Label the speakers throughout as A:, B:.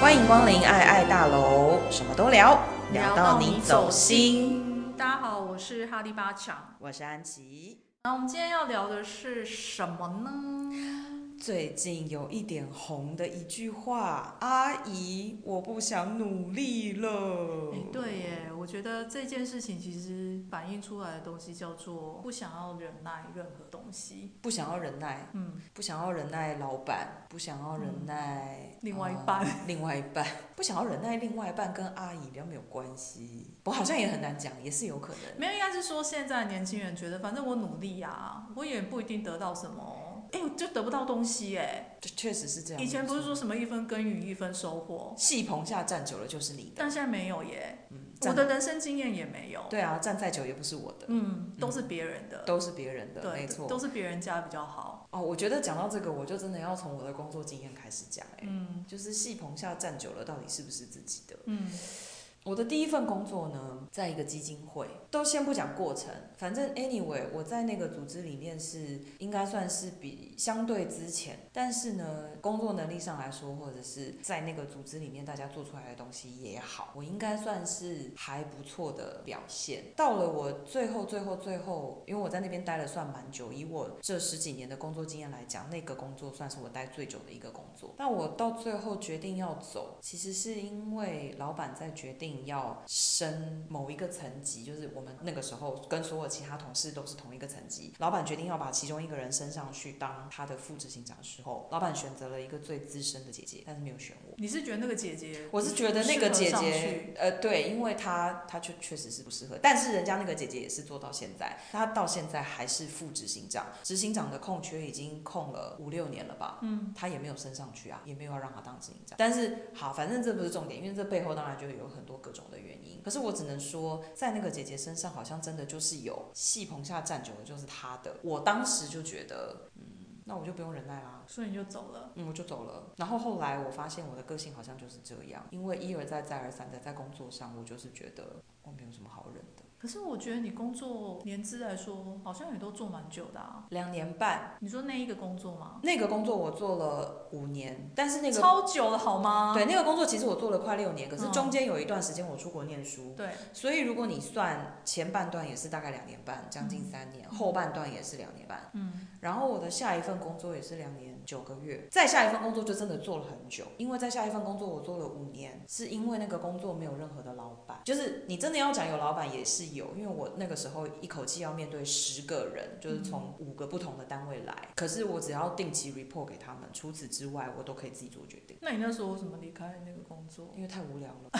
A: 欢迎光临爱爱大楼，什么都聊，聊到你走心。
B: 心。大家好，我是哈利巴强。
A: 我是安琪，
B: 然后我们今天要聊的是什么呢？
A: 最近有一点红的一句话：“阿姨，我不想努力了呃
B: 哎。”，对耶，我觉得这件事情其实反映出来的东西叫做不想要忍耐任何东西。
A: 不想要忍耐，
B: 嗯，
A: 不想要忍耐老板，不想要忍耐、
B: 另外一
A: 呃
B: 半
A: 另外一半不想要忍耐另外一半跟阿姨比较没有关系，我好像也很难讲，也是有可能。
B: 没有，应该是说现在的年轻人觉得，反正我努力啊，我也不一定得到什么，哎，我就得不到东西哎。
A: 这确实是这样。
B: 以前不是说什么一分耕耘一分收获，
A: 戏棚下站久了就是你的，
B: 但现在没有耶，
A: 嗯，
B: 我
A: 站
B: 的人生经验也没有。
A: 对啊，站再久也不是我的，
B: 嗯，都是别人的，
A: 都是别人的，
B: 对，
A: 没错
B: 都。是别人家比较好。
A: 哦，我觉得讲到这个，我就真的要从我的工作经验开始讲、哎、
B: 嗯
A: 就是戏棚下站久了，到底是不是自己的？
B: 嗯
A: 我的第一份工作呢，在一个基金会，都先不讲过程，反正 anyway，我在那个组织里面是应该算是比相对之前，但是呢，工作能力上来说，或者是在那个组织里面大家做出来的东西也好，我应该算是还不错的表现。到了我最后最后最后，因为我在那边待了算蛮久，以我这十几年的工作经验来讲，那个工作算是我待最久的一个工作。但我到最后决定要走，其实是因为老板在决定要升某一个层级，就是我们那个时候跟所有其他同事都是同一个层级，老板决定要把其中一个人升上去当他的副执行长的时候，老板选择了一个最资深的姐姐，但是没有选我。
B: 你是觉得那个姐姐？
A: 我是觉得那个姐
B: 适合上
A: 姐
B: 去，
A: 呃，对，因为她她确确实是不适合，但是人家那个姐姐也是做到现在，她到现在还是副执行长，执行长的空缺已经空了五六年了吧，
B: 嗯，
A: 她也没有升上去啊，也没有要让她当执行长。但是好，反正这不是重点，因为这背后当然就有很多各种的原因。可是我只能说，在那个姐姐身上好像真的就是有戏棚下站久了就是她的，我当时就觉得，嗯，那我就不用忍耐啦，
B: 所以你就走了。
A: 嗯，我就走了。然后后来我发现我的个性好像就是这样，因为一而再再而三的在工作上，我就是觉得我没有什么好忍的。
B: 可是我觉得你工作年资来说，好像也都做蛮久的啊。
A: 两年半，
B: 你说那一个工作吗？
A: 那个工作我做了五年，但是那个
B: 超久了好吗？
A: 对那个工作其实我做了快六年，可是
B: 嗯
A: 中间有一段时间我出国念书，
B: 对
A: 所以如果你算前半段也是大概两年半，将近三年，后半段也是两年半。
B: 嗯，
A: 然后我的下一份工作也是两年九个月，再下一份工作就真的做了很久，因为在下一份工作我做了五年，是因为那个工作没有任何的老板，就是你真的要讲有老板也是有，因为我那个时候一口气要面对十个人，就是从五个不同的单位来，可是我只要定期 report 给他们，除此之外我都可以自己做决定，
B: 那你那时候为什么离开那个 工作？
A: 因为太无聊了，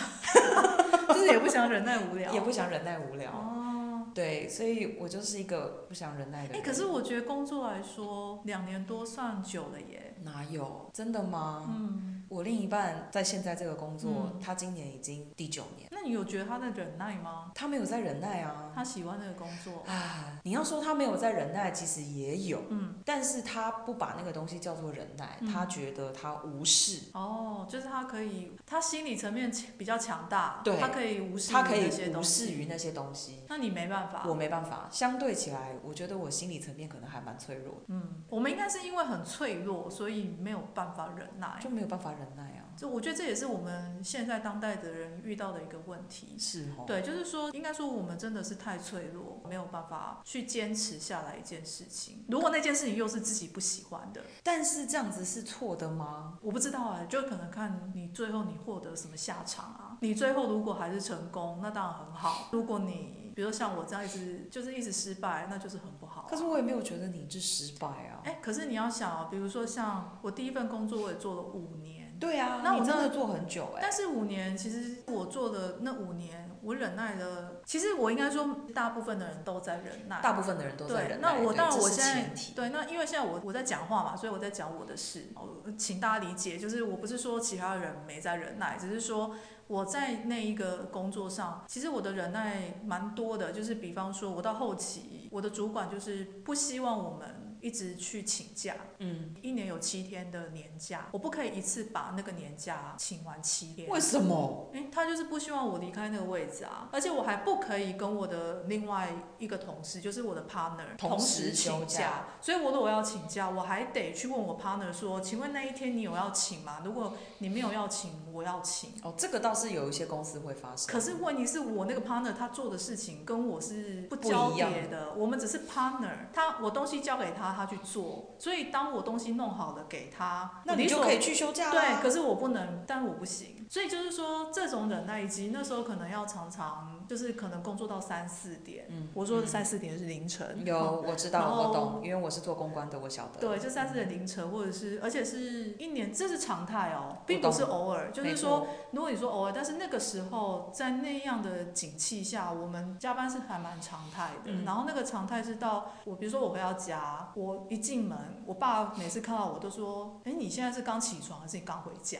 B: 就是也不想忍耐无聊。
A: 也不想忍耐无聊，
B: 哦。
A: 对，所以我就是一个不想忍耐的
B: 哎、
A: 人。
B: 可是我觉得工作来说，两年多算久了耶。
A: 哪有真的吗？
B: 嗯，
A: 我另一半在现在这个工作，
B: 嗯
A: 他今年已经第九年，
B: 那你有觉得他在忍耐吗？
A: 他没有在忍耐啊。
B: 他喜欢那个工作？
A: 啊，你要说他没有在忍耐，其实也有，
B: 嗯，
A: 但是他不把那个东西叫做忍耐，
B: 嗯
A: 他觉得他无视，
B: 哦，就是他可以，他心理层面比较强大，
A: 对
B: 他可以无视于
A: 他可以
B: 那些
A: 无
B: 东
A: 视于
B: 西。
A: 那些东西。
B: 那你没办法
A: 我，没办法，相对起来，我觉得我心理层面可能还蛮脆弱的，
B: 嗯，我们应该是因为很脆弱，所以没有办法忍耐
A: 就。没有办法忍耐啊。
B: 就我觉得这也是我们现在当代的人遇到的一个问题。
A: 是哦，
B: 嗯对，就是说，应该说我们真的是太脆弱，没有办法去坚持下来一件事情。如果那件事情又是自己不喜欢的，
A: 但是这样子是错的吗？
B: 我不知道啊、就可能看你最后你获得什么下场啊。你最后如果还是成功，那当然很好；如果你比如说像我这样一直就是一直失败，那就是很不好啊、
A: 可是我也没有觉得你这失败啊。
B: 哎、可是你要想啊，比如说像我第一份工作，我也做了五年。
A: 对啊，
B: 那
A: 你
B: 我
A: 真
B: 真
A: 的
B: 的
A: 做很久哎、
B: 但是五年，其实我做的那五年，我忍耐了。其实我应该说，大部分的人都在忍耐。
A: 大部分的人都在
B: 对
A: 忍，耐。
B: 那我
A: 对
B: 当然
A: 这
B: 我
A: 是
B: 现在
A: 前提
B: 对，那因为现在我我在讲话嘛，所以我在讲我的事，我请大家理解，就是我不是说其他人没在忍耐，只是说我在那一个工作上，其实我的忍耐蛮多的，就是比方说我到后期，我的主管就是不希望我们。一直去请假，
A: 嗯，
B: 一年有七天的年假，我不可以一次把那个年假请完七天。
A: 为什么？
B: 诶，他就是不希望我离开那个位置啊，而且我还不可以跟我的另外一个同事，就是我的 partner
A: 同时休
B: 请
A: 假
B: 假，所以我如果要请假，我还得去问我 partner 说，请问那一天你有要请吗？如果你没有要请，我要请。
A: 哦，这个倒是有一些公司会发生。
B: 可是问题是我那个 partner 他做的事情跟我是不
A: 不
B: 交
A: 一样
B: 叠的，我们只是 partner，他我东西交给他，他去做，所以当我东西弄好了给他，
A: 那
B: 我
A: 你
B: 理
A: 就
B: 所
A: 可以去休假啊
B: 对，
A: 啦。
B: 可是我不能，但我不行。所以就是说，这种忍耐以及那时候可能要常常就是可能工作到三四点。
A: 嗯
B: 我说的三四点是凌晨。哦。
A: 有，我知
B: 然
A: 道，
B: 后
A: 我懂，因为我是做公关的，我晓得。
B: 对，就三四点凌晨，或者是，而且是一年，这是常态哦，并不
A: 懂
B: 是偶尔。就
A: 没
B: 是
A: 错
B: 说，，如果你说偶尔，但是那个时候在那样的景气下，我们加班是还蛮常态的。
A: 嗯
B: 然后那个常态是到我，比如说我回到家，我一进门，我爸每次看到我都说：“哎，你现在是刚起床还是你刚回家？”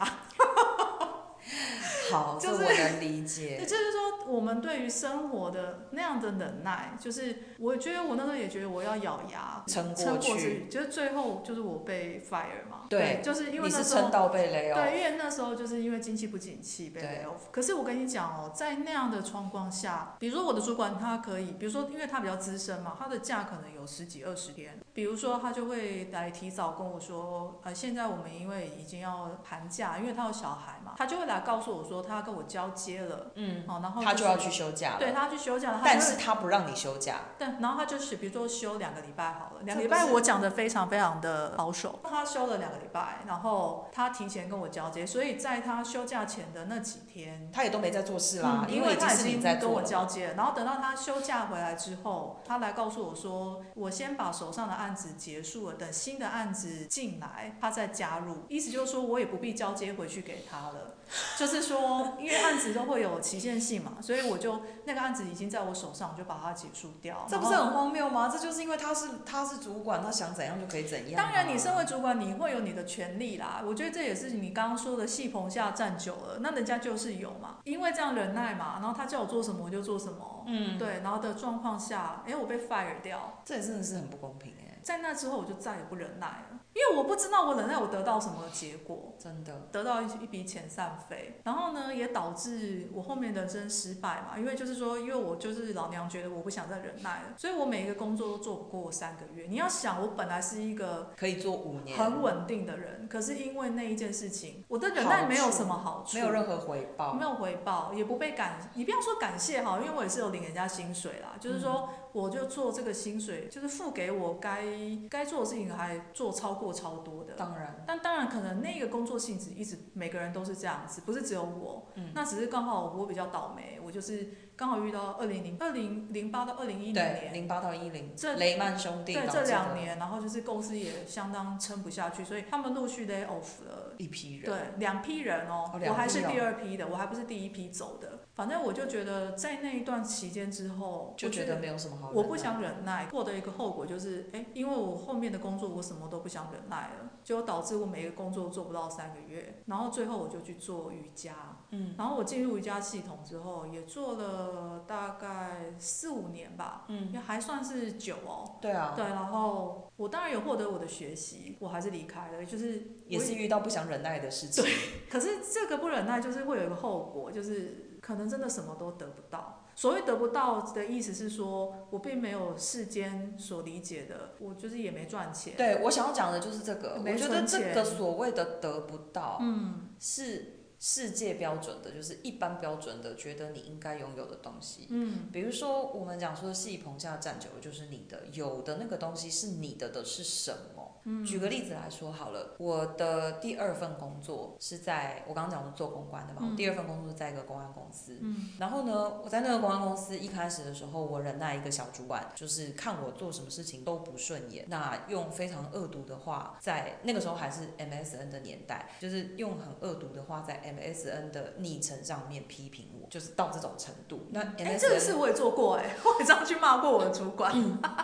A: 好，
B: 就
A: 这
B: 是
A: 我能理
B: 也
A: 解。
B: 就是说，我们对于生活的那样的忍耐，就是我觉得我那时候也觉得我要咬牙
A: 撑
B: 撑
A: 过
B: 过去
A: 去，，
B: 就是最后就是我被 fire 嘛，
A: 对
B: 就是因为
A: 你
B: 那
A: 是
B: 时候
A: 撑。到被雷哦。
B: 对，因为那时候就是因为经济不景气被
A: 对
B: lay off。可是我跟你讲哦，在那样的状况下，比如说我的主管他可以，比如说因为他比较资深嘛，他的假可能有十几二十天，比如说他就会来提早跟我说，呃，现在我们因为已经要寒假，因为他有小孩嘛，他就会来告诉我说他要跟我交接了，
A: 嗯，
B: 好，哦然后
A: 他
B: 是
A: 就要去休假
B: 对
A: 了，
B: 他去休假，他
A: 但
B: 就是
A: 他不让你休假。
B: 但然后他就是比如说休两个礼拜好了，两个
A: 这
B: 礼
A: 不
B: 拜
A: 是
B: 我讲的非常非常的保守，他休了两个礼拜，然后他提前跟我交接，所以在他休假前的那几天。
A: 他也都没在做事啦，
B: 嗯因
A: 为
B: 为
A: 已经
B: 他已
A: 是
B: 经
A: 你在
B: 跟
A: 做
B: 我
A: 了。
B: 交接了，然后等到他休假回来之后，他来告诉我说，我先把手上的案子结束了，等新的案子进来，他再加入。意思就是说我也不必交接回去给他了，就是说因为案子都会有期限性嘛，所以我就那个案子已经在我手上，我就把它结束掉。
A: 这不
B: 然
A: 是
B: 后
A: 很荒谬吗？这就是因为他是他是主管，他想怎样就可以怎样啊、
B: 当然，你身为主管，你会有你的权利啦。我觉得这也是你刚刚说的戏棚下站久了，那人家就是有嘛，因为这样忍耐嘛，然后他叫我做什么我就做什么。
A: 嗯，
B: 对，然后的状况下，哎，我被 fire 掉，
A: 这也真的是很不公平哎、
B: 在那之后我就再也不忍耐了，因为我不知道我忍耐我得到什么结果，
A: 真的。
B: 得到一一笔遣散费，然后呢，也导致我后面人生失败嘛，因为就是说，因为我就是老娘觉得我不想再忍耐了，所以我每一个工作都做不过三个月。你要想，我本来是一个
A: 可以做五年，
B: 很稳定的人，可是因为那一件事情，我的忍耐没有什么好处，
A: 没有任何回报
B: 没。有回报，也不被感，你不要说感谢哈，因为我也是有领人家薪水
A: 嗯
B: 啦，就是说我就做这个薪水，就是付给我该该做的事情，还做超过超多的。
A: 当然，
B: 但当然，可能那个工作性质一直每个人都是这样子，不是只有我。
A: 嗯
B: 那只是刚好我比较倒霉，我就是刚好遇到二零零二零零八到二零一零
A: 对，
B: 年
A: 零八到一零
B: 这，
A: 雷曼兄弟
B: 对
A: 导
B: 这
A: 致
B: 两
A: 的
B: 年，然后就是公司也相当撑不下去，所以他们陆续 lay off 了。
A: 一批人。
B: 对，两批人哦，
A: 哦两批
B: 我还
A: 哦
B: 是第二批的，我还不是第一批走的。反正我就觉得在那一段期间之后，
A: 就
B: 我
A: 觉得没有什么好忍耐。
B: 我不想忍耐，获得一个后果就是，哎，因为我后面的工作我什么都不想忍耐了，就导致我每个工作做不到三个月，然后最后我就去做瑜伽，
A: 嗯，
B: 然后我进入瑜伽系统之后也做了大概四五年吧，
A: 嗯，
B: 也还算是久哦，
A: 对啊，
B: 对，然后我当然有获得我的学习，我还是离开了，就是我
A: 也是遇到不想忍耐的事情。
B: 可是这个不忍耐就是会有一个后果，就是可能真的什么都得不到。所谓得不到的意思是说，我并没有世间所理解的，我就是也没赚钱。
A: 对，我想要讲的就是这个。
B: 没
A: 我觉得
B: 存
A: 这
B: 钱
A: 个所谓的得不到，
B: 嗯
A: 是世界标准的，就是一般标准的，觉得你应该拥有的东西。
B: 嗯
A: 比如说，我们讲说戏棚下站久了就是你的，有的那个东西是你的的是什么？
B: 嗯，
A: 举个例子来说好了，我的第二份工作是在我刚刚讲我做公关的嘛，
B: 嗯
A: 我第二份工作在一个公安公司。
B: 嗯
A: 然后呢，我在那个公关公司一开始的时候，我忍耐一个小主管，就是看我做什么事情都不顺眼，那用非常恶毒的话，在那个时候还是 MSN 的年代，就是用很恶毒的话在 MSN 的昵称上面批评我，就是到这种程度。
B: 哎
A: 那 MSN、嗯
B: 哎、这个事我也做过哎、我也这样去骂过我的主管。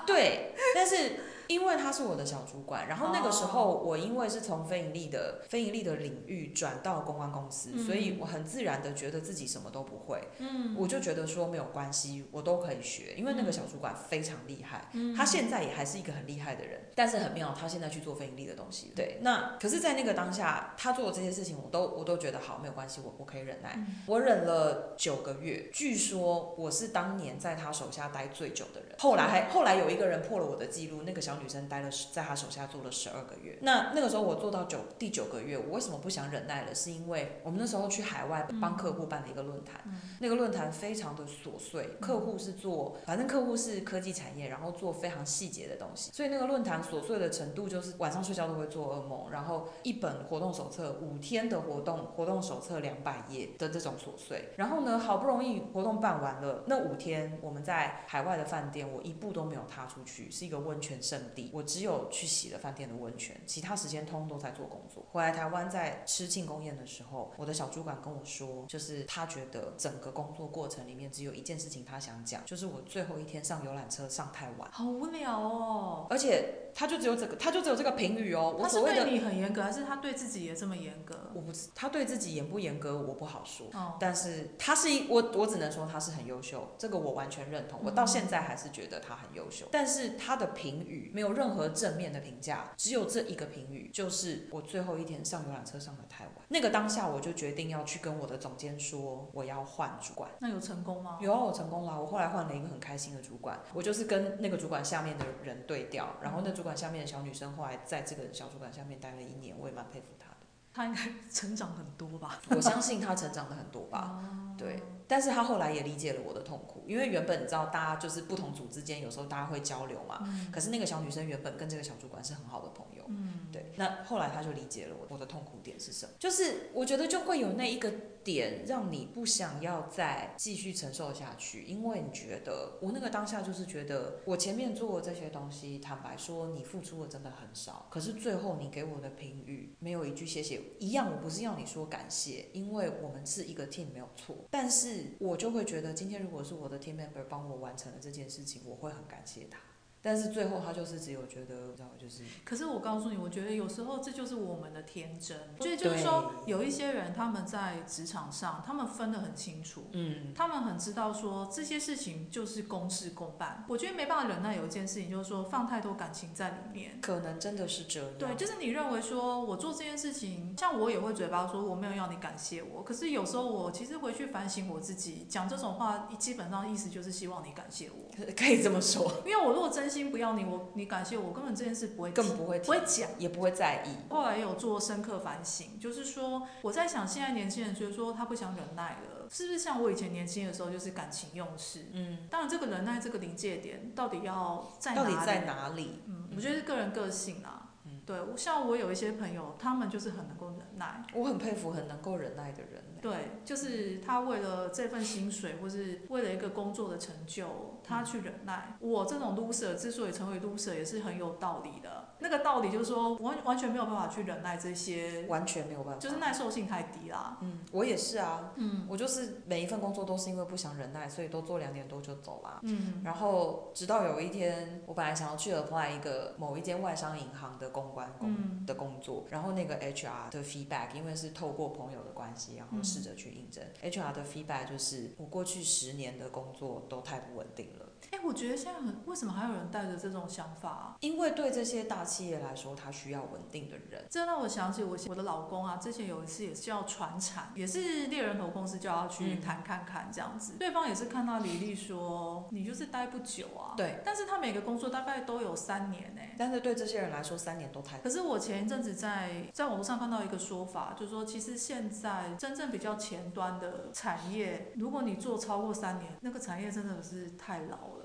A: 对，但是因为他是我的小主管，然后那个时候
B: 哦
A: 我因为是从非盈利的非盈利的领域转到公关公司，
B: 嗯
A: 所以我很自然的觉得自己什么都不会，
B: 嗯，
A: 我就觉得说没有关系，我都可以学，因为那个小主管非常厉害，
B: 嗯
A: 他现在也还是一个很厉害的人，但是很妙，他现在去做非盈利的东西了，对，那可是，在那个当下，他做的这些事情，我都我都觉得好，没有关系，我我可以忍耐，
B: 嗯
A: 我忍了九个月，据说我是当年在他手下待最久的人。后来还后来有一个人破了我的记录，那个小女生待了十在他手下做了十二个月。那那个时候我做到九第九个月，我为什么不想忍耐了？是因为我们那时候去海外
B: 嗯
A: 帮客户办了一个论坛，
B: 嗯
A: 那个论坛非常的琐碎，客户是做反正客户是科技产业，然后做非常细节的东西，所以那个论坛琐碎的程度就是晚上睡觉都会做噩梦，然后一本活动手册，五天的活动活动手册两百页的这种琐碎。然后呢，好不容易活动办完了，那五天我们在海外的饭店，我一步都没有踏出去，是一个温泉圣地，我只有去洗了饭店的温泉，其他时间通通都在做工作。回来台湾在吃庆功宴的时候，我的小主管跟我说，就是他觉得整个工作过程里面只有一件事情他想讲，就是我最后一天上游览车上太晚。
B: 好无聊哦。
A: 而且他就只有这个，他就只有这个评语哦。我
B: 他是
A: 所谓的
B: 对你很严格，还是他对自己也这么严格？
A: 我不知他对自己严不严格，我不好说。
B: 哦，
A: 但是他是一我，我只能说他是很优秀，这个我完全认同。我到
B: 嗯
A: 现在还是觉得他很优秀，但是他的评语没有任何正面的评价，只有这一个评语，就是我最后一天上游览车上的太晚。那个当下我就决定要去跟我的总监说，我要换主管。
B: 那有成功吗？
A: 有啊，我成功了。我后来换了一个很开心的主管，我就是跟那个主管下面的人对调，然后那主管下面的小女生后来在这个小主管下面待了一年，我也蛮佩服她的。
B: 他应该成长很多吧？
A: 我相信她成长的很多吧，
B: 哦
A: 对。但是她后来也理解了我的痛苦，因为原本你知道，大家就是不同组之间有时候大家会交流嘛。
B: 嗯
A: 可是那个小女生原本跟这个小主管是很好的朋友，
B: 嗯，
A: 对，那后来他就理解了我我的痛苦点是什么，就是我觉得就会有那一个点，让你不想要再继续承受下去，因为你觉得我那个当下就是觉得我前面做的这些东西，坦白说你付出的真的很少，可是最后你给我的评语没有一句谢谢，一样我不是要你说感谢，因为我们是一个 team 没有错，但是我就会觉得今天如果是我的 team member 帮我完成了这件事情，我会很感谢他。但是最后他就是只有觉得，你知道，就是
B: 可是我告诉你，我觉得有时候这就是我们的天真。所以就是说，
A: 对
B: 有一些人他们在职场上，他们分得很清楚，
A: 嗯，
B: 他们很知道说这些事情就是公事公办。我觉得没办法忍耐有一件事情，就是说放太多感情在里面。
A: 可能真的是这样。
B: 对，啊就是你认为说我做这件事情，像我也会嘴巴说我没有要你感谢我，可是有时候我其实回去反省我自己，讲这种话，基本上意思就是希望你感谢我。
A: 可以这么 说，
B: 因为我如果真心不要你，我你感谢我，根本这件事不会提
A: 更不会
B: 不会讲。
A: 也不会在意。
B: 后来有做深刻反省，就是说我在想，现在年轻人觉得说他不想忍耐了，是不是像我以前年轻的时候就是感情用事？
A: 嗯，
B: 当然，这个忍耐这个临界点到底要在哪
A: 到
B: 里？
A: 底在哪里？
B: 嗯，我觉得是个人个性啦。
A: 嗯
B: 对，我像我有一些朋友，他们就是很能够忍耐。
A: 我很佩服很能够忍耐的人呢、
B: 对，就是他为了这份薪水，或是为了一个工作的成就，他去忍耐。我这种 loser 之所以成为 loser，也是很有道理的。那个道理就是说，完完全没有办法去忍耐这些，
A: 完全没有办法。
B: 就是耐受性太低啦。
A: 嗯，我也是啊，
B: 嗯
A: 我就是每一份工作都是因为不想忍耐，所以都做两点多就走啦。
B: 嗯
A: 然后直到有一天，我本来想要去 apply 一个某一间外商银行的公关工、
B: 嗯
A: 的工作，然后那个 HR 的 feedback，因为是透过朋友的关系，
B: 嗯
A: 然后试着去应征、HR 的 feedback 就是我过去十年的工作都太不稳定了。
B: 哎、我觉得现在很为什么还有人带着这种想法、啊？
A: 因为对这些大企业来说，它需要稳定的人。
B: 这让我想起我我的老公啊，之前有一次也是要传产，也是猎人头公司叫他去
A: 嗯
B: 谈看看这样子，对方也是看他履历说你就是待不久啊，
A: 对，
B: 但是他每个工作大概都有三年呢、
A: 但是对这些人来说，三年都太……
B: 可是我前一阵子在在网络上看到一个说法，就是说其实现在真正比较前端的产业，如果你做超过三年，那个产业真的是太老了。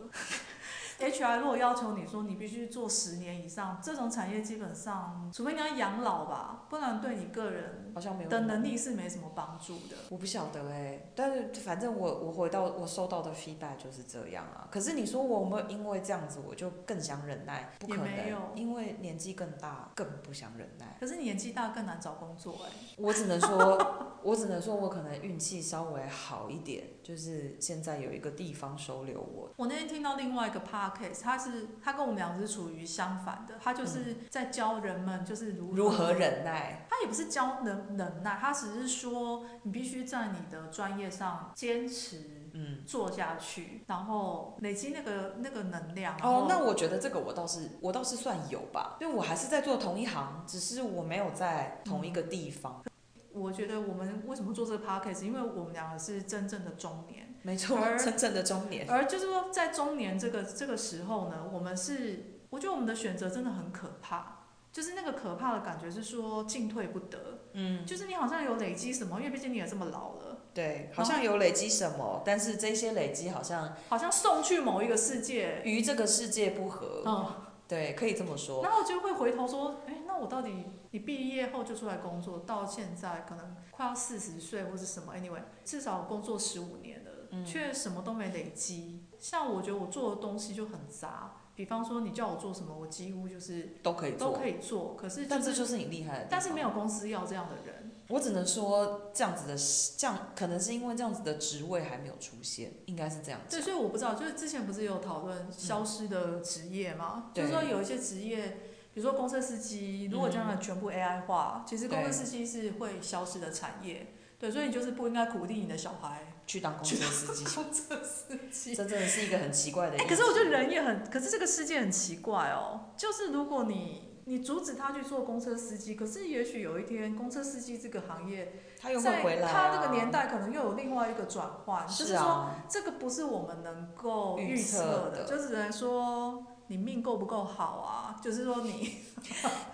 B: HR 如果要求你说你必须做十年以上，这种产业基本上，除非你要养老吧，不然对你个人
A: 好像没有
B: 的能力是没什么帮助的。
A: 我不晓得哎、但是反正我我回到我收到的 feedback 就是这样啊。可是你说我有没有因为这样子我就更想忍耐？不可
B: 也没有
A: 能，因为年纪更大，更不想忍耐。
B: 可是你年纪大更难找工作哎、
A: 我只能说，我只能说我可能运气稍微好一点，就是现在有一个地方收留我。
B: 我那天听到另外一个 p a podcast，他是他跟我们俩是处于相反的，他就是在教人们就是如
A: 嗯如何忍耐？
B: 他也不是教能能耐，他只是说你必须在你的专业上坚持
A: 嗯，
B: 做下去，然后累积那个那个能量。然
A: 哦
B: 后，
A: 那我觉得这个我倒是我倒是算有吧，因为我还是在做同一行，只是我没有在同一个地方。
B: 嗯我觉得我们为什么做这个 podcast，因为我们两个是真正的中年。
A: 没错
B: 而，
A: 真正的中年。
B: 而就是说，在中年这个这个时候呢，我们是，我觉得我们的选择真的很可怕，就是那个可怕的感觉是说进退不得，
A: 嗯，
B: 就是你好像有累积什么，因为毕竟你也这么老了，
A: 对，
B: 哦
A: 好像有累积什么，但是这些累积好像
B: 好像送去某一个世界，
A: 与这个世界不合。
B: 嗯，
A: 对，可以这么说。
B: 然后就会回头说，哎、那我到底你毕业后就出来工作，到现在可能快要四十岁或是什么，anyway，至少工作十五年了，却什么都没累积。像我觉得我做的东西就很杂，比方说你叫我做什么，我几乎就是。
A: 都可以
B: 都
A: 做，
B: 可以做，可是、就是、
A: 但这就是你厉害的地方。
B: 但是没有公司要这样的人，
A: 我只能说这样子的，这样可能是因为这样子的职位还没有出现，应该是这样子
B: 对，。所以我不知道，就是之前不是有讨论消失的职业吗？就是说
A: 嗯对
B: 有一些职业，比如说公车司机，如果将
A: 嗯
B: 来全部 AI 化，其实公车司机是会消失的产业。对，所以你就是不应该鼓励你的小孩
A: 去当 公车司机，
B: 公车司
A: 这
B: 机。
A: 真的是一个很奇怪的
B: 哎、
A: 意见。
B: 可是我觉得人也很，可是这个世界很奇怪哦。就是如果你你阻止他去做公车司机，可是也许有一天公车司机这个行业
A: 他又
B: 在
A: 会回来、啊。
B: 他这个年代可能又有另外一个转换，就是
A: 是
B: 说
A: 啊，
B: 这个不是我们能够预
A: 预
B: 测
A: 测
B: 的，
A: 的
B: 就只能说你命够不够好啊，就是说你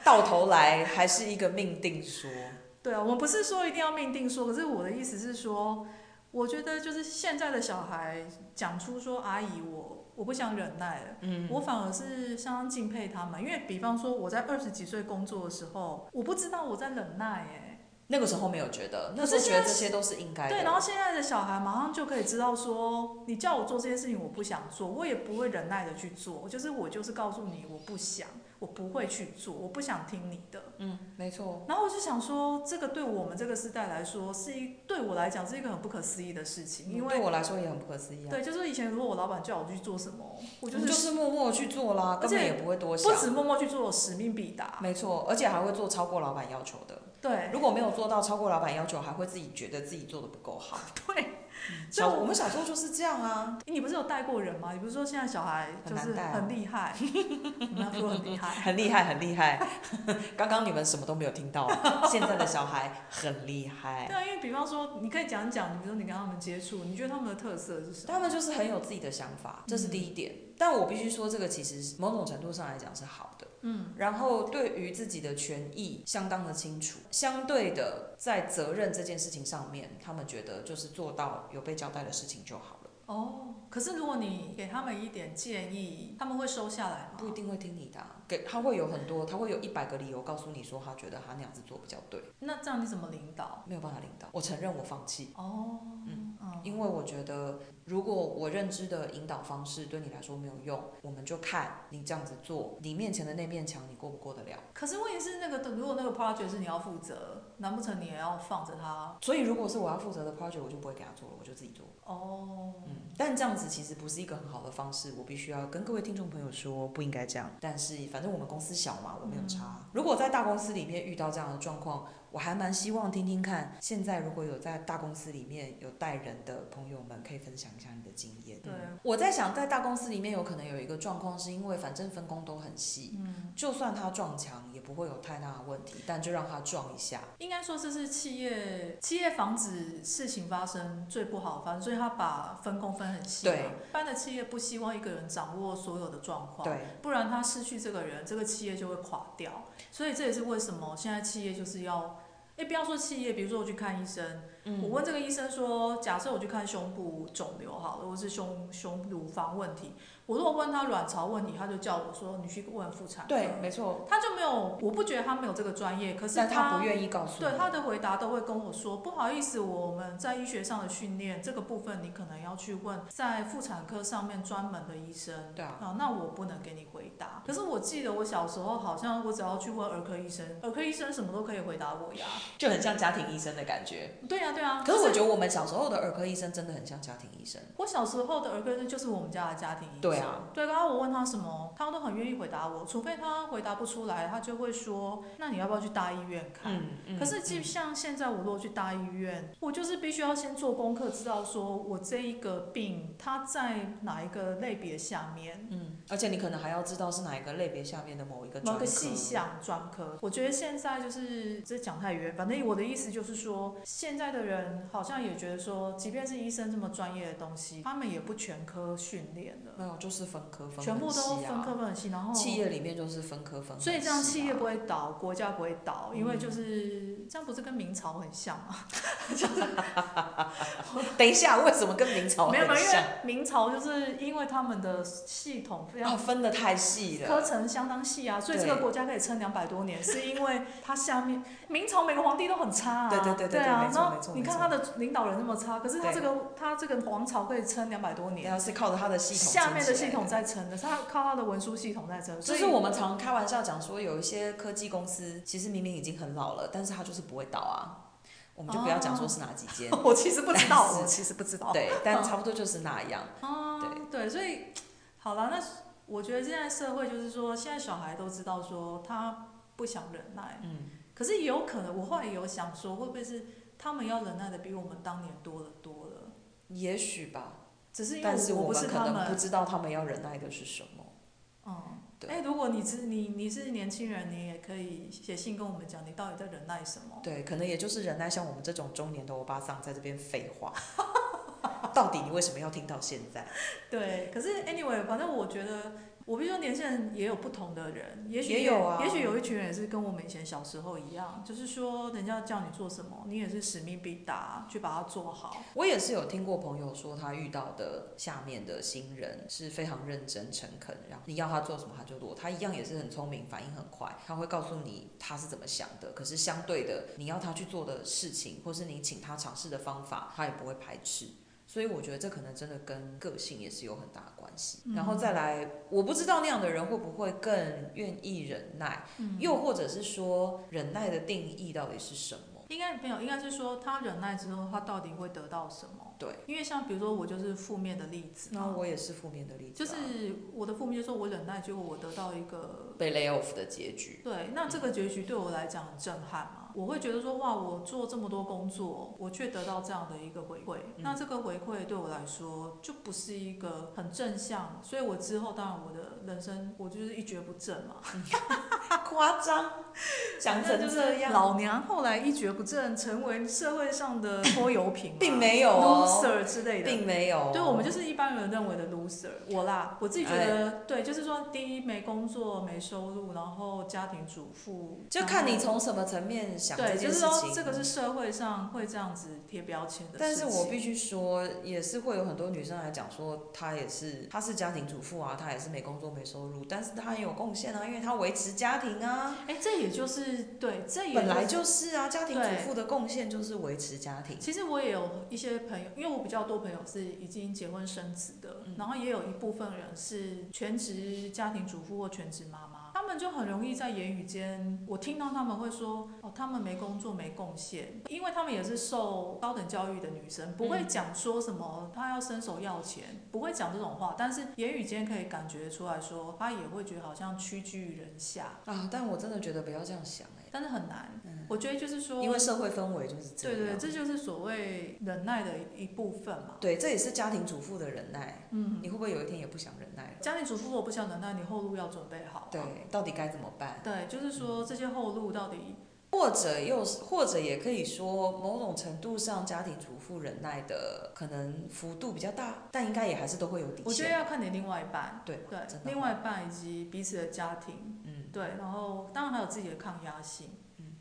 A: 到头来还是一个命定说。
B: 对啊，我们不是说一定要命定说，可是我的意思是说，我觉得就是现在的小孩讲出说阿姨我我不想忍耐了。
A: 嗯，
B: 我反而是相当敬佩他们，因为比方说我在二十几岁工作的时候，我不知道我在忍耐哎、
A: 那个时候没有觉得，那
B: 可
A: 时候觉
B: 是现
A: 得
B: 在
A: 这些都是应该的。
B: 对，然后现在的小孩马上就可以知道说，你叫我做这些事情，我不想做，我也不会忍耐的去做，就是我就是告诉你我不想，我不会去做，我不想听你的。
A: 嗯，没错。
B: 然后我就想说，这个对我们这个时代来说，是一对我来讲是一个很不可思议的事情，因
A: 嗯对
B: 为
A: 我来说也很不可思议啊。
B: 对，就是以前如果我老板叫我去做什么，我
A: 我
B: 就
A: 就是是默默地去做啦，
B: 而
A: 根
B: 且
A: 本也不会多想
B: 不。止默默去做，我使命必达。
A: 没错，而且还会做超过老板要求的。
B: 对
A: 如果没有做到超过老板要求，还会自己觉得自己做的不够 好。嗯
B: 对，所以
A: 小
B: 我
A: 我们小时候就是这样啊，
B: 你不是有带过人吗？你不是说现在小孩就是
A: 很难带啊
B: 很厉害， 你们要说很厉害。
A: 很厉害，很厉害。 刚刚你们什么都没有听 到，现在的小孩很厉害
B: 对，啊，因为比方说，你可以讲讲，比如说你跟他们接触，你觉得他们的特色是什么？
A: 他们就是很有自己的想法，这是第一点。但我必须说，这个其实某种程度上来讲是好的。
B: 嗯，
A: 然后对于自己的权益相当的清楚，相对的在责任这件事情上面，他们觉得就是做到有被交代的事情就好了，
B: 哦，可是如果你给他们一点建议，他们会收下来吗？
A: 不一定会听你的啊、给他会有很多，他会有一百个理由告诉你说他觉得他那样子做比较对，
B: 那这样你怎么领导？
A: 没有办法领导。我承认我放弃，
B: 哦，嗯嗯，
A: 因为我觉得如果我认知的引导方式对你来说没有用，我们就看你这样子做，你面前的那面墙你过不过得了。
B: 可是问题是那个，如果那个 project 是你要负责，难不成你也要放着他？
A: 所以如果是我要负责的 project，我就不会给他做了，我就自己做。
B: 哦，
A: 嗯，但这样子其实不是一个很好的方式，我必须要跟各位听众朋友说，不应该这样。但是反正我们公司小嘛，我没有差。
B: 嗯
A: 如果在大公司里面遇到这样的状况，我还蛮希望听听看，现在如果有在大公司里面有带人的朋友们，可以分享一下你的经验。
B: 对
A: 嗯我在想，在大公司里面有可能有一个状况，是因为反正分工都很细。
B: 嗯，
A: 就算他撞墙也不会有太大的问题，但就让他撞一下。
B: 应该说这是企业企业防止事情发生最不好的发生，所以他把分工分很细嘛。
A: 对
B: 一般的企业不希望一个人掌握所有的状况。
A: 对，
B: 不然他失去这个人，这个企业就会垮掉。所以这也是为什么现在企业就是要，哎，不要说企业，比如说我去看医生，
A: 嗯
B: 我问这个医生说，假设我去看胸部肿瘤好了，或是胸胸乳房问题，我如果问他卵巢问题，他就叫我说你去问妇产科。
A: 对，没错。
B: 他就没有，我不觉得他没有这个专业，可是
A: 但他不愿意告诉你。
B: 对他的回答都会跟我说，不好意思，我们在医学上的训练这个部分，你可能要去问在妇产科上面专门的医生。
A: 对啊
B: 那我不能给你回答。可是我记得我小时候好像我只要去问儿科医生，儿科医生什么都可以回答我呀。
A: 就很像家庭医生的感觉。
B: 对呀、对呀、
A: 可是我觉得我们小时候的儿科医生真的很像家庭医生，
B: 我小时候的儿科医生就是我们家的家庭医生。
A: 对对啊，
B: 对，刚刚我问他什么，他都很愿意回答我，除非他回答不出来，他就会说：“那你要不要去大医院看？”
A: 嗯嗯。
B: 可是，就像现在我如果去大医院，我就是必须要先做功课，知道说我这一个病它在哪一个类别下面，
A: 嗯，而且你可能还要知道是哪一个类别下面的某一个
B: 某
A: 专
B: 个
A: 科
B: 细项专科。我觉得现在就是这讲太远，反正我的意思就是说，现在的人好像也觉得说，即便是医生这么专业的东西，他们也不全科训练
A: 没
B: 了，
A: 有，就是分科分、啊、
B: 全部都分科分很细，然后
A: 企业里面就是分科分、啊，嗯
B: 所以这样企业不会倒，国家不会倒，因为就是、这样，不是跟明朝很像吗？
A: 等一下，为什么跟明朝
B: 没有没
A: 哦很
B: 有，因为
A: 像？
B: 明朝就是因为他们的系统非
A: 啊，
B: 常
A: 分的太细
B: 科
A: 了。
B: 层相当细啊，所以这
A: 对
B: 个国家可以撑两百多年，是因为它下面明朝每个皇帝都很差啊，
A: 对对对对对
B: 啊
A: 没，错
B: 然后
A: 没错
B: 你
A: 没
B: 看
A: 错
B: 他的领导人那么差，可是他
A: 对
B: 这个他这个皇朝可以撑两百多年，
A: 啊要是靠着它的系统，
B: 下面的系统。在撑的，他靠他的文书系统在撑，所
A: 就
B: 以
A: 是我们常开玩笑讲说，有一些科技公司其实明明已经很老了，但是它就是不会倒啊。我们就不要讲说是哪几间，
B: 我其实不知道
A: 但，是
B: 我其实不知道，
A: 对，但差不多就是那样。
B: 哦，
A: 对
B: 对，所以好了，那我觉得现在社会就是说，现在小孩都知道说他不想忍耐，
A: 嗯，
B: 可是也有可能，我后来有想说，会不会是他们要忍耐的比我们当年多了多了？
A: 也许吧，
B: 只是因为
A: 但是
B: 我
A: 我
B: 不
A: 们
B: 是
A: 可
B: 他
A: 能不
B: 们，
A: 知道他们要忍耐的是什么。
B: 嗯，
A: 对
B: 哎，如果你是你你是年轻人，你也可以写信跟我们讲，你到底在忍耐什么？
A: 对，可能也就是忍耐像我们这种中年的欧巴桑在这边废话。 到底你为什么要听到现在？
B: 对，可是 anyway，反正我觉得，我必须说，年轻人也有不同的人，也许
A: 也有啊
B: 也许有一群人也是跟我们以前小时候一样，就是说，人家叫你做什么，你也是使命必达，去把它做好。
A: 我也是有听过朋友说，他遇到的下面的新人是非常认真诚恳，然后你要他做什么他就做，他一样也是很聪明，反应很快，他会告诉你他是怎么想的。可是相对的，你要他去做的事情，或是你请他尝试的方法，
B: 嗯
A: 他也不会排斥。所以我觉得这可能真的跟个性也是有很大的关系。然
B: 嗯
A: 后再来，我不知道那样的人会不会更愿意忍耐，
B: 嗯
A: 又或者是说忍耐的定义到底是什么？
B: 应该没有，应该是说他忍耐之后，他到底会得到什么？
A: 对，
B: 因为像比如说我就是负面的例子
A: 那
B: 嘛，
A: 哦我也是负面的例子
B: 就
A: 啊、
B: 是我的负面就是我忍耐，结果我得到一个
A: 被 lay off 的结局。
B: 对，那这个结局对我来讲很震撼嘛，我会觉得说哇，我做这么多工作，我却得到这样的一个回馈，那
A: 嗯
B: 这个回馈对我来说就不是一个很正向，所以我之后当然我的人生我就是一蹶不振 嘛，
A: 夸张， 讲
B: 反
A: 成
B: 正
A: 这
B: 就是
A: 样，
B: 老娘后来一蹶不振，成为社会上的拖油瓶嘛，
A: 并没有哦，
B: loser 之类的，
A: 并没有哦，
B: 对，我们就是一般人认为的 loser。我啦，我自己觉得，
A: 哎
B: 对，就是说，第一没工作、没收入，然后家庭主妇，
A: 就看你
B: 然后
A: 从什么层面想这
B: 对，就
A: 件
B: 是
A: 事
B: 说
A: 情。
B: 这个是社会上会这样子贴标签的
A: 但
B: 事
A: 是
B: 情。
A: 我必须说，也是会有很多女生来讲说，她也是，她是家庭主妇啊，她也是没工作没收入，但是她也有贡献啊，因为她维持家庭啊，
B: 哎，这也就是对，这也、
A: 本来就是啊，家庭主
B: 对
A: 妇的贡献就是维持家庭。啊
B: 其实我也有一些朋友，因为我比较多朋友是已经结婚生子的，
A: 嗯
B: 然后也有一部分人是全职家庭主妇或全职妈妈，他们就很容易在言语间，我听到他们会说，哦，他们没工作没贡献，因为他们也是受高等教育的女生，不
A: 嗯
B: 会讲说什么她要伸手要钱，不会讲这种话，但是言语间可以感觉出来说，她也会觉得好像屈居于人下，
A: 啊，但我真的觉得不要这样想哎、
B: 但是很难，我觉得就是说
A: 因。为社会氛围就是这
B: 对
A: 样。
B: 对，这就是所谓忍耐的一部分嘛。
A: 对，这也是家庭主妇的忍耐。
B: 嗯，
A: 你会不会有一天也不想忍耐了？
B: 家庭主妇我不想忍耐，你后路要准备好。
A: 对，到底该怎么办？
B: 对，就是说这些后路到底，
A: 或者又是，或者也可以说，某种程度上，家庭主妇忍耐的可能幅度比较大，但应该也还是都会有底
B: 我觉得
A: 线。
B: 要看你另外一半，
A: 对
B: 对
A: 真，的
B: 另外一半以及彼此的家庭，
A: 嗯，
B: 对，然后当然还有自己的抗压性。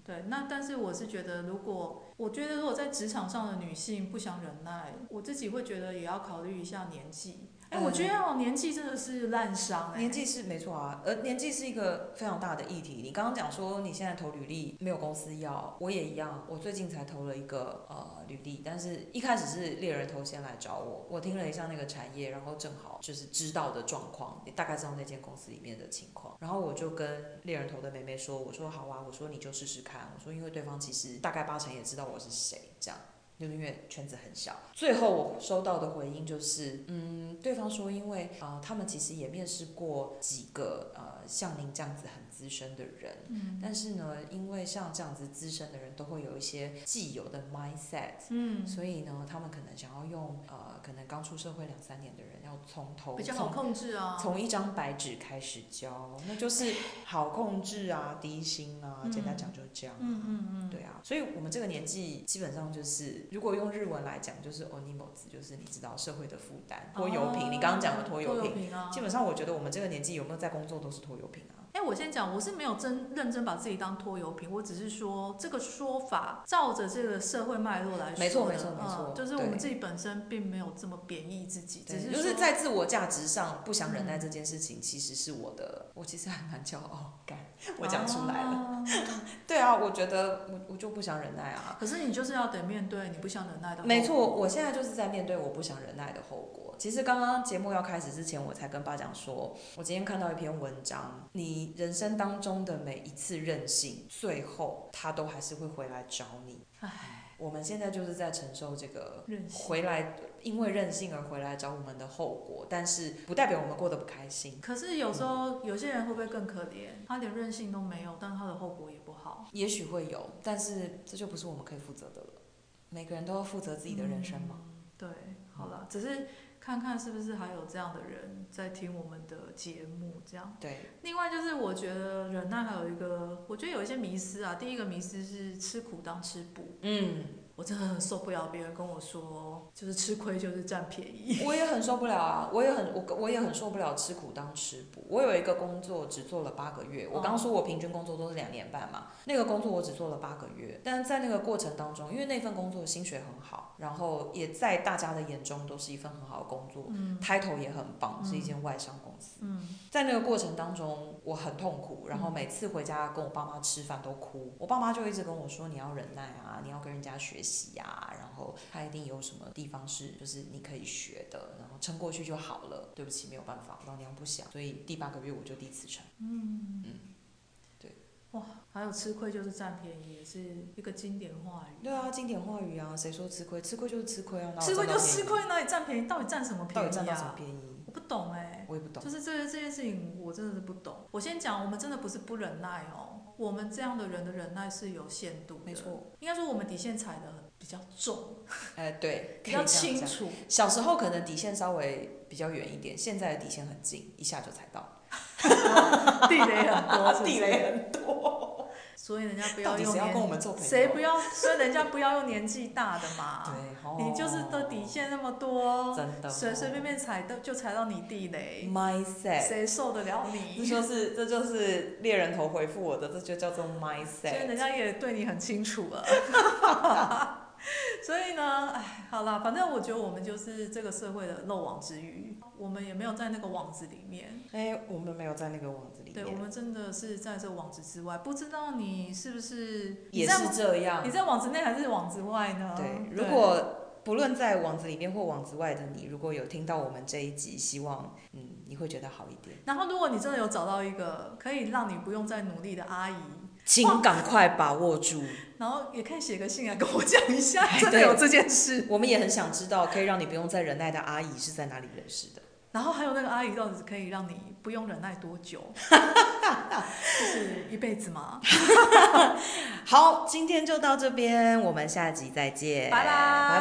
B: 对，那但是我是觉得，如果我觉得如果在职场上的女性不想忍耐，我自己会觉得也要考虑一下年纪。哎，我觉得哦，年纪真的是烂伤哎。
A: 嗯年纪是没错啊，呃，年纪是一个非常大的议题。你刚刚讲说你现在投履历没有公司要，我也一样。我最近才投了一个呃履历，但是一开始是猎人头先来找我，我听了一下那个产业，然后正好就是知道的状况，也大概知道那间公司里面的情况，然后我就跟猎人头的妹妹说，我说好啊，我说你就试试看，我说因为对方其实大概八成也知道我是谁这样。就是因为圈子很小。最后我收到的回应就是，嗯，对方说，因为啊、呃他们其实也面试过几个呃像您这样子很资深的人，
B: 嗯
A: 但是呢，因为像这样子资深的人都会有一些既有的 mindset，
B: 嗯，
A: 所以呢，他们可能想要用呃，可能刚出社会两三年的人要从头
B: 嗯比较好
A: 从
B: 控制啊。
A: 从一张白纸开始教，那就是好控制啊、低薪啊，
B: 嗯
A: 简单讲就是这样。
B: 嗯嗯嗯，
A: 对啊，所以我们这个年纪基本上就是，如果用日文来讲，就是 onimots，就是你知道社会的负担，拖油瓶。
B: 哦
A: 你刚刚讲的拖油
B: 油
A: 瓶，
B: 瓶啊，
A: 基本上我觉得我们这个年纪有没有在工作都是拖油瓶啊。
B: 哎，我先讲，我是没有真认真把自己当拖油瓶，我只是说这个说法照着这个社会脉络来说的，
A: 没错没错没
B: 嗯
A: 错
B: 就是我们
A: 对
B: 自己本身并没有这么贬义自己，只
A: 对
B: 是
A: 就是
B: 说嗯
A: 在自我价值上不想忍耐这件事情，其实是我的，我其实还蛮骄傲感，我讲出来了。
B: 啊
A: 对啊，我觉得我我就不想忍耐啊。
B: 可是你就是要得面对你不想忍耐的，
A: 没，错，我现在就是在面对我不想忍耐的后果。其实刚刚节目要开始之前，我才跟爸讲说，我今天看到一篇文章，你人生当中的每一次任性，最后他都还是会回来找你。
B: 唉，
A: 我们现在就是在承受这个
B: 任性。
A: 回来因为任性而回来找我们的后果，但是不代表我们过得不开心。
B: 可是有时候有些人会不会更可怜？他连任性都没有，但他的后果也不好。
A: 也许会有，但是这就不是我们可以负责的了。每个人都要负责自己的人生嘛。
B: 对，好了，只是看看是不是还有这样的人在听我们的节目，这样。
A: 对，
B: 另外就是，我觉得忍耐还有一个，我觉得有一些迷思啊。第一个迷思是吃苦当吃补，
A: 嗯，
B: 我真的很受不了别人跟我说，就是吃亏就是占便宜。
A: 我也很受不了啊，我也很我我也很受不了吃苦当吃补。我有一个工作只做了八个月，我刚刚说
B: 哦
A: 我平均工作都是两年半嘛，那个工作我只做了八个月，但在那个过程当中，因为那份工作薪水很好，然后也在大家的眼中都是一份很好的工作。
B: 嗯
A: title 也很棒，是一
B: 嗯
A: 间外商公司。
B: 嗯，
A: 在那个过程当中，我很痛苦，然后每次回家跟我爸妈吃饭都哭，我爸妈就一直跟我说你要忍耐啊，你要跟人家学习呀、然后他一定有什么地方是就是你可以学的，然后撑过去就好了。对不起，没有办法，老娘不想，所以第八个月我就立辞呈。
B: 还有吃亏就是占便宜，也是一个经典话语。
A: 对啊，经典话语啊，谁说吃亏？吃亏就是吃亏啊，哪有
B: 吃亏
A: 占到
B: 就吃
A: 便宜，
B: 亏，哪里占便宜？到底占什么
A: 到
B: 便
A: 底占
B: 宜
A: 到什么
B: 啊？
A: 便宜？
B: 我不懂哎、
A: 我也不懂。
B: 就是这这件事情，我真的是不懂。我先讲，我们真的不是不忍耐哦，我们这样的人的忍耐是有限度的。
A: 没，错，
B: 应该说我们底线踩的比较重，
A: 哎、对，可以这
B: 比较
A: 样讲
B: 清。楚。
A: 小时候可能底线稍微比较远一点，现在的底线很近，一下就踩 到。
B: 地雷很多，是
A: 啊
B: 不是
A: 地雷很多，
B: 所以人家不
A: 到
B: 要
A: 底
B: 用
A: 谁要跟我
B: 年，
A: 们做朋友？
B: 谁不要，所以人家不要用年纪大的嘛。
A: 对，哦
B: 你就是的底线那么多，
A: 真的哦
B: 随随便便踩到就踩到你地雷，
A: mindset，
B: 谁受得了你？
A: 这就是这就是猎人头回复我的，这就叫做
B: 所以
A: mindset。
B: 人家也对你很清楚了。 所以呢，哎，好啦，反正我觉得我们就是这个社会的漏网之鱼，我们也没有在那个网子里面。
A: 哎，我们没有在那个网子里
B: 对，我
A: 面，
B: 们真的是在这网子之外，不知道你是不是你
A: 也
B: 在
A: 是这样
B: 你。在网子内还是网子外呢？
A: 对，如果不论在网子里面或网子外的你，如果有听到我们这一集，希望嗯你会觉得好一点，
B: 然后，如果你真的有找到一个可以让你不用再努力的阿姨，
A: 请赶快把握住。
B: 然后也可以写个信来啊跟我讲一下，
A: 哎
B: 真的
A: 对
B: 有这件事。
A: 我们也很想知道，可以让你不用再忍耐的阿姨是在哪里认识的。
B: 然后还有那个阿姨到底可以让你不用忍耐多 久？就是一辈子嘛。
A: 好，今天就到这边，我们下集再见，
B: 拜
A: 拜
B: 拜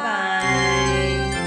A: 拜。